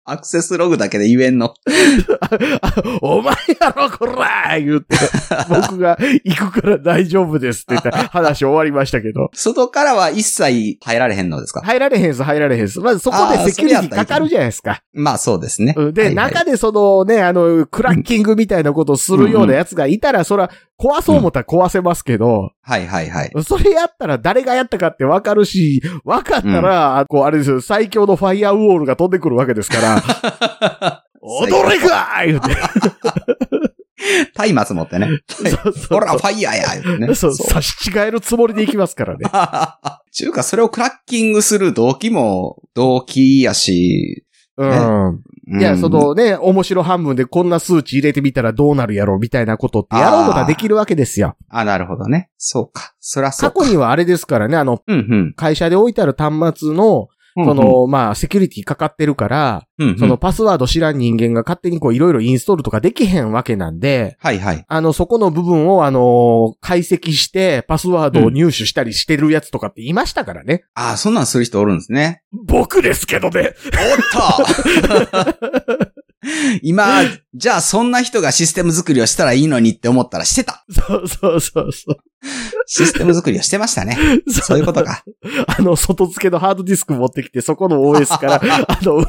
アクセスログだけで言えんの。 <laughs> <laughs> お前やろこらー <laughs> 言って、僕が行くから大丈夫ですって言ったら話終わりましたけ <laughs> ど。外からは一切入られへんのですか入られへんす、入られへんす。まずそこであーセキュリティかかるじゃないですか。まあそうですね。うんで、はいはい中でそのね、あの、クラッキングみたいなことをするような奴がいたら、そら、壊そう思ったら壊せますけど、はいはいはい。それやったら誰がやったかってわかるし、わかったら、こう、あれですよ、最強のファイアウォールが飛んでくるわけで <laughs> すから、踊れかー言うて、松明持ってね。 <laughs> <laughs> そうそほうら、ファイヤーや言うてね。そう、差し違えるつもりでいきますからね。ちゅうか、それをクラッキングする動機も、動機やし、うん。うんいや、そ、のね、面白半分でこんな数値入れてみたらどうなるやろうみたいなことってやろうことはできるわけですよ。あ、なるほどね。そうか。そらそ過うか。去にはあれですからね、あの、うんうん。会社で置いてある端末の、その、まあ、セキュリティかかってるから、うんうん、そのパスワード知らん人間が勝手にこういろいろインストールとかできへんわけなんで、はいはい。あの、そこの部分をあの、解析して、パスワードを入手したりしてるやつとかっていましたからね。あ、そんなんする人おるんですね。僕ですけどね。おっと <laughs> 今、じゃあそんな人がシステム作りをしたらいいのにって思ったらしてた。 <laughs> そうそうそうそう。システム作りをしてましたね。そういうことか。あの、外付けのハードディスク持ってきて、そこの OS から、 <laughs> あの、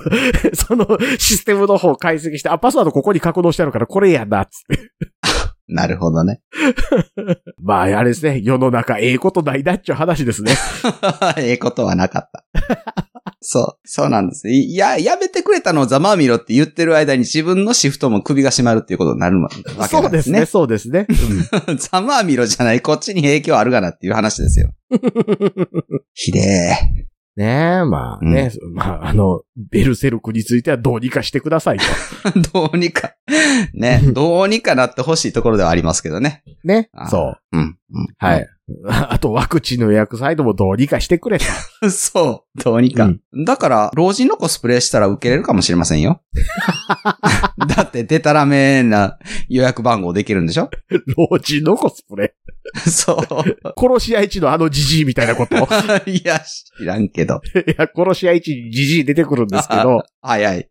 そのシステムの方を解析して、あ、パスワードここに格納してあるからこれやな、つって。なるほどね。まあ、あれですね。世の中、ええことないなっちゅう話で <laughs> すね。ええことはなかった。そう、そうなんです。いいや、やめてくれたのをざまあみろって言ってる間に自分のシフトも首が締まるっていうことになるわけなんですね。そうですね、。そうですね。 <laughs> ざまあみろじゃない、こっちに影響あるがなっていう話です <laughs> よ。ひでえ。 <laughs> ねえ、まあね、まあ、あの、ベルセルクについてはどうにかしてくださいと。どうにか。 <laughs> ね、どうにかなってほしいところではありますけどね。ねあ。そう。うん。うんはい。。あと、ワクチンの予約サイトもどうにかしてくれと。 <laughs> そう、どうにか。うんだから、老人のコスプレしたら受けれるかもしれません <laughs> よ。だって、デタラメな予約番号できるんでしょ老人のコスプレ。 <laughs> そう。殺し屋一のあのじじいみたいな <laughs> こと。いいや、知らんけど。や、殺し屋一にじじい出てくるん <laughs> ですけど、はいはい。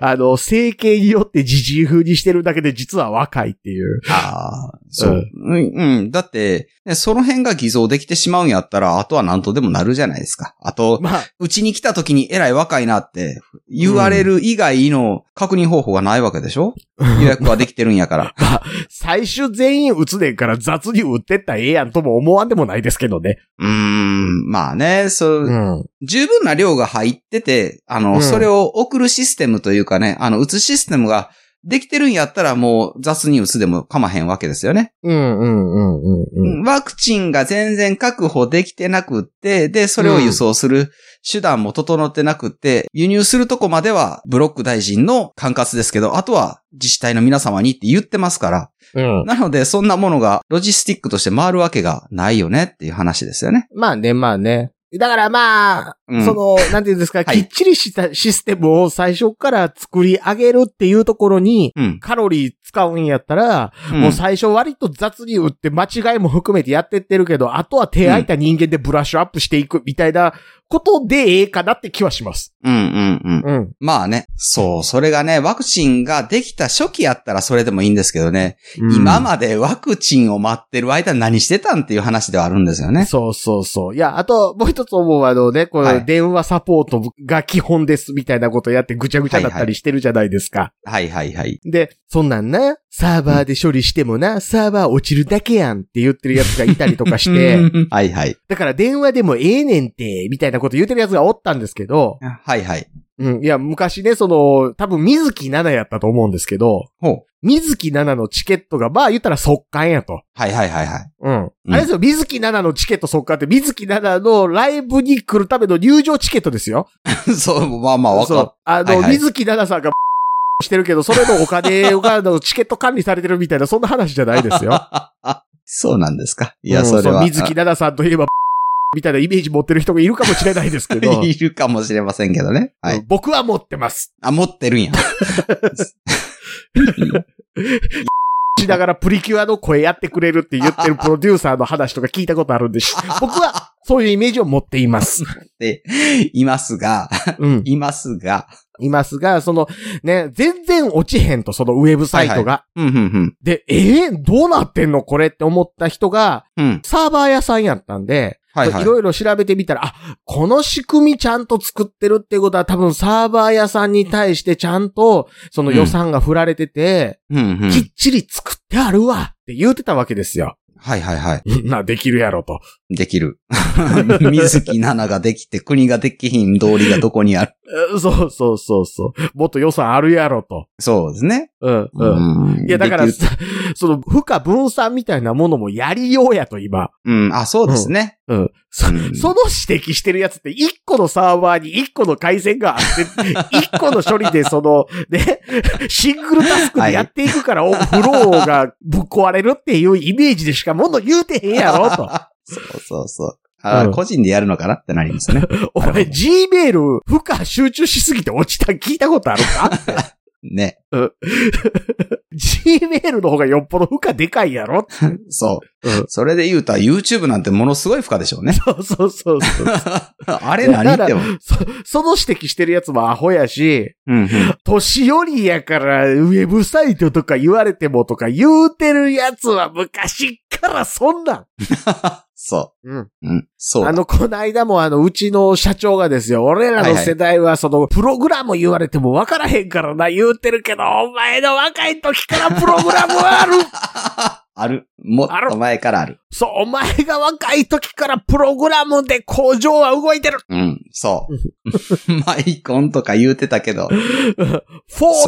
あの、整形によってじじい風にしてるだけで実は若いっていう。ああ、そう。うん、うん。だって、ねその辺が偽造できてしまうんやったら、あとは何とでもなるじゃないですか。あと、まあ、うちに来た時にえらい若いなって言われる以外の確認方法がないわけでしょ、予約はできてるんやから。 <laughs> 最終全員打つねんから雑に打ってったらええやんとも思わんでもないですけどね。うーん、まあね、そう、ん。十分な量が入ってて、あの、うんそれを送るシステムというかね、あの、打つシステムができてるんやったらもう雑に打つでもかまへんわけですよね。うんうんうんうんうワクチンが全然確保できてなくって、で、それを輸送する手段も整ってなくって、輸入するとこまではブロック大臣の管轄ですけど、あとは自治体の皆様にって言ってますから。うん。なので、そんなものがロジスティックとして回るわけがないよねっていう話ですよね。まあね、まあね。だからまあ、うんその、なんていうんですか、はいきっちりしたシステムを最初から作り上げるっていうところに、うん。カロリー使うんやったら、うんもう最初割と雑に打って間違いも含めてやってってるけど、あとは手空いた人間でブラッシュアップしていくみたいなことでええかなって気はします。うんうんうん。うん。まあね。そう、それがね、ワクチンができた初期やったらそれでもいいんですけどね、今までワクチンを待ってる間何してたんっていう話ではあるんですよね。そうそうそう。いや、あと、もう一つ思うあのね、こはのい電話サポートが基本ですみたいなことやってぐちゃぐちゃだったりしてるじゃないですか。はいはいはい。で、そんなんな、サーバーで処理してもな、サーバー落ちるだけやんって言ってるやつがいたりとかし <laughs> て、はいはい。だから電話でもええねんて、みたいなこと言ってるやつがおったんですけど、はいはい。うん、いや、昔ね、その、多分水木奈々やったと思うんですけど、ほう。水木奈々のチケットが、まあ言ったら速乾やと。はいはいはいはい。 <laughs> うん。んあれですよ、水木奈々のチケット速乾って、水木奈々のライブに来るための入場チケットですよ。そう、まあまあわそかう。あの、はいはい水木奈々さんが <laughs> してるけど、それのお金が、あの、チケット管理されてるみたいな、そんな話じゃないですよ。 <laughs> そうなんですか。いうんや、それうは。水木奈々さんといえば、 <laughs> みたいなイメージ持ってる人がいるかもしれないですけ <laughs> ど、いるかもしれませんけどね。はい。僕は持ってます。あ、持ってるんや。しながらプリキュアの声やってくれるって言ってるプロデューサーの話とか聞いたことある <laughs> んです。僕はそういうイメージを持っています。いますが、うん。いますが。いますが、その、ね、全然落ちへんと、そのウェブサイトが。はいうん、うん、で、えー、どうなってんのこれって思った人が、うん。うん。サーバー屋さんやったんで、はいはいい。ろいろ調べてみたら、あ、この仕組みちゃんと作ってるってことは多分サーバー屋さんに対してちゃんとその予算が振られてて、うん、うん。きっちり作ってあるわって言うてたわけですよ。 <laughs> はいはいはな、できるやろと。い。できる。 <laughs> 水木奈々ができて、国ができひん道理がどこにある。うんそうそうそうそう。もっと予算あるやろと。そうですね。うん、うん。うんいや、だから、できるさ <laughs> その、負荷分散みたいなものもやりようやと、今。うん、あ、そうですね。うん。そうんその指摘してるやつって、一個のサーバーに一個の回線があ <laughs> って、一個の処理でその、ね、シングルタスクでやっていくから、おフローがぶっ壊れるっていうイメージでしかもの言うてへんやろ、 <laughs> と。そうそうそう。あうん個人でやるのかなってなりますね。お前、Gmail、負荷集中しすぎて落ちたん聞いたことあるかね。 ?Gmail の方がよっぽど負荷でかいやろそう。うんそれで言うたら YouTube なんてものすごい負荷でしょうね。そう <laughs> そうそうそう。 <laughs> あれ何っても。そその指摘してるやつもアホやし、うんうん年寄りやからウェブサイトとか言われてもとか言うてるやつは昔っからそんなん。そうん。う。うん。そうだ。あの、こないだもあの、うちの社長がですよ、俺らの世代はその、プログラム言われてもわからへんからな、言うてるけど、お前の若い時からプログラムは <laughs> あるある。もっあると前からある。そう、お前が若い時からプログラムで工場は動いてるうん。そう。 <laughs> マイコンとか言うてたけど。フォ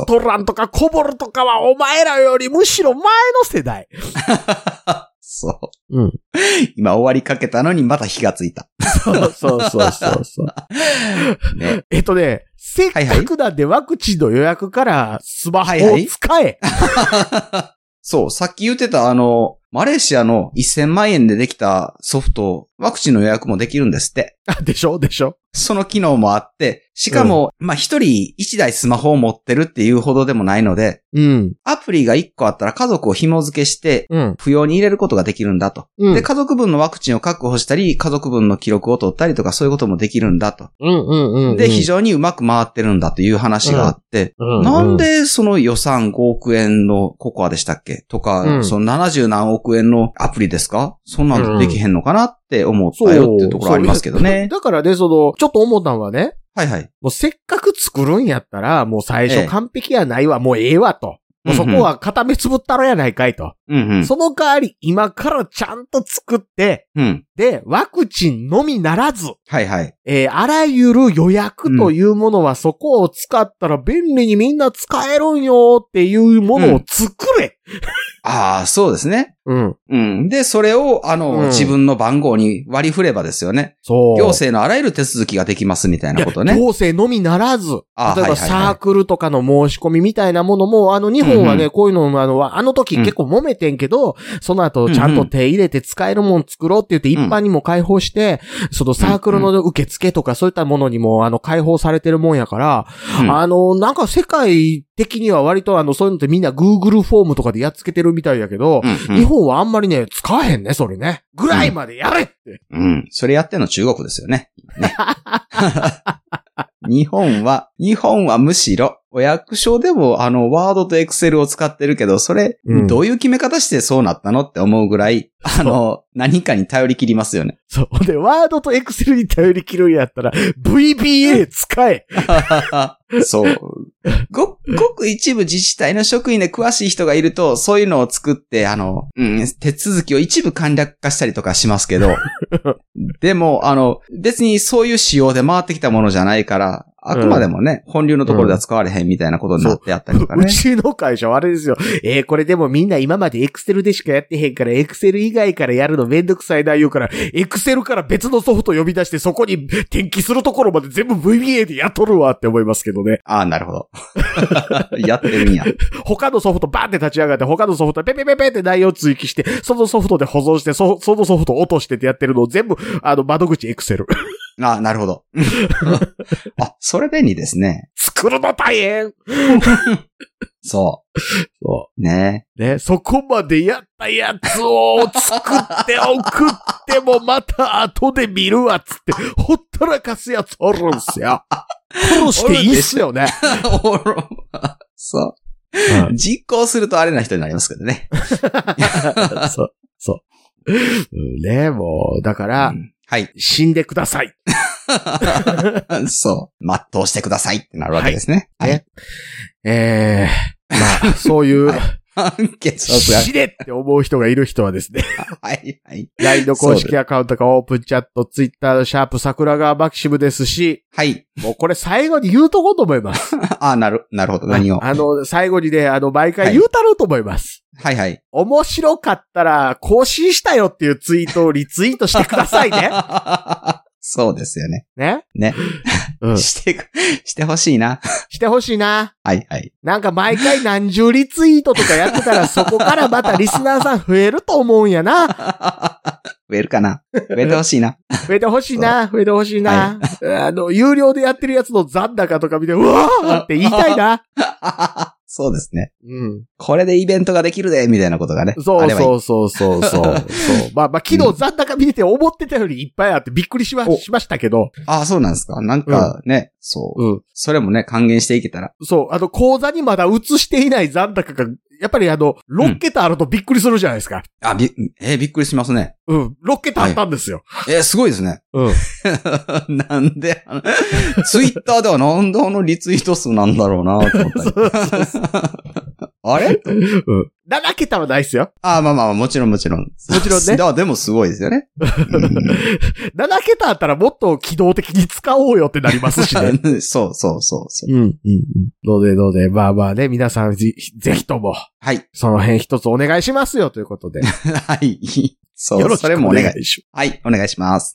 ートランとかコボルとかはお前らよりむしろ前の世代。そう。 <laughs> うん今終わりかけたのにまた火がついた。そうそうそうそうそう。ね。えっとね、せっはいかくなんでワクチンの予約からスマホはいはをい使え。 <laughs> そう。さっき言ってたあの、マレーシアの1000万円でできたソフト、ワクチンの予約もできるんですって。あでしょでしょその機能もあって、しかも、まあ、一人一台スマホを持ってるっていうほどでもないので、うん。アプリが一個あったら家族を紐付けして、うん。不要に入れることができるんだと。うんで、家族分のワクチンを確保したり、家族分の記録を取ったりとかそういうこともできるんだと。うんうんうんうんで、非常にうまく回ってるんだという話があって、うなんでその予算5億円のココアでしたっけとか、うんその70何億円のアプリですかそんなんできへんのかなって思ったよっていうところありますけどね。だからね、その、ちょっと思ったんはね、はいはい。もうせっかく作るんやったら、もう最え初え完璧やないわ、もうええわと。もうそこは固めつぶったろやないかいと。うんうん。その代わり、今からちゃんと作って、うん。で、ワクチンのみならず、はいはい。えーあらゆる予約というものはそこを使ったら便利にみんな使えるんよっていうものを作れ。ああ、そうですね。うん。うん。で、それを、あの、うん自分の番号に割り振ればですよね。そう。行政のあらゆる手続きができますみたいいなやことね。行政のみならず、あ例えはいはばいはいサークルとかの申し込みみたいなものも、あの日本はうんうね、こういうのもあの、あの時うん結構揉めてんけど、その後ちゃんうとんうん手入れて使えるもん作ろうって言って一うん般にも開放して、そのサークルの受付とかそういったものにもあの開放されてるもんやから、うんあの、なんか世界的には割とあの、そういうのってみんな Google フォームとかでやっつけてるみたいやけど、うん日本はあんまりね、使えへんね、それね。ぐらいまでやれって。うん。うん。それやってんの中国ですよね。 <laughs> ね日本は、日本はむしろ、お役所でも、あの、ワードとエクセルを使ってるけど、それ、うんどういう決め方してそうなったのって思うぐらい、あの、何かに頼り切りますよね。そう。で、ワードとエクセルに頼り切るんやったら、VBA 使え。そう。ご、ごく一部自治体の職員で詳しい人がいると、そういうのを作って、あの、うん、手続きを一部簡略化したりとかし <laughs> ますけど、でも、あの、別にそういう仕様で回ってきたものじゃないから、あくまでもね、本流のところでは使われへんみたいなことになってあったりとかうね。ちの会社はあれですよ。えーこれでもみんな今までエクセルでしかやってへんから、エクセル以外からやるのめんどくさいな言うから、エクセルから別のソフト呼び出してそこに転記するところまで全部 VBA でやっとるわって思いますけどね。ああ、なるほど。 <laughs> やってるんや。他のソフトバーって立ち上がって、他のソフトペペペペって内容追記して、そのソフトで保存して、そそのソフト落としてってやってるのを全部、あの、窓口エクセル。 <laughs> ああ、なるほど。 <laughs> あ、それ便利ですね。作るの大変そそう。う。ね。ね、そこまでやったやつを作って送ってもまた後で見るわっつって、ほったらかすやつおるん <laughs> すよ。殺していいっすよね。おろそう。 <laughs> 実行するとあれな人になりますけどね。そう、そう。うんね、もう、だから、うんはい。 <laughs> 死んでください。そう。全うしてくださいってなるわけですね。はいねえ <laughs> ー、まあ、そういう、はい判決をする死ねって思う人がいる人 <laughs> はですね、はい。はい。 LINE の公式アカウントかオープンチャット、Twitter、シャープ、桜川マキシムです <laughs> し、はい。もうこれ最後に言うとこうと思います。ああ、なる、なるほど。何を。はあの、最後にね、あの、毎回言うたろうと思います。いはい。面白かったら、更新したよっていうツイートをリツイートしてください <laughs> ね。そうですよね。ね。ね。うん。ししてく、してほしいな。てほしいな。はいはい。なんか毎回何十リツイートとかやってたら、そこからまたリスナーさん増えると思うんやな。増えるかな増えてほしいな。増えてほしいな。増えてほしいな。 <laughs> あの、有料でやってるやつの残高とか見て、うわーって言いたいな。そうですね。うん。これでイベントができるで、みたいなことがね。あそうればいいそうそうそうそう。そうまあまあ、昨日残高見てて思ってたよりいっぱいあってびっくりしまおしましたけど。ああ、そうなんですか。なんかね、そう。うん。それもね、還元していけたら。そう、あの、口座にまだ移していない残高が、やっぱりあの、6桁あるとびっくりするじゃないですか。あ、び、えーびっくりしますね。うん、6桁あったんですよ。えーすごいですね。うん。 <laughs> なんで、あのツイッターではなんであのリツイート数なんだろうなと <laughs> 思ったり。 <laughs> あれ7桁はないですよ。あーまあまあ、もちろんもちろん。もちろんねだでもすごいですよね。 <laughs> 7桁あったらもっと機動的に使おうよってなりますしね。うんそうそうそう <laughs> そう。うん、うん、うん。ので、ので、まあまあね、皆さんぜぜひとも、はい。 <laughs> その辺一つお願いしますよということで。よはい。そう、ろしそくれもおお願願い。いしはい、お願いします。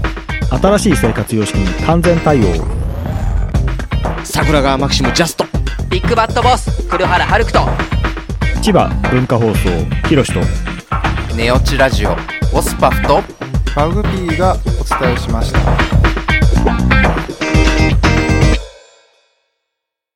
新しい生活様式に完全対応桜川マキシムジャスト。ビッグバットボス黒原遥人千葉文化放送ひろしとネオチラジオ。オスパフとマグピーがお伝えしました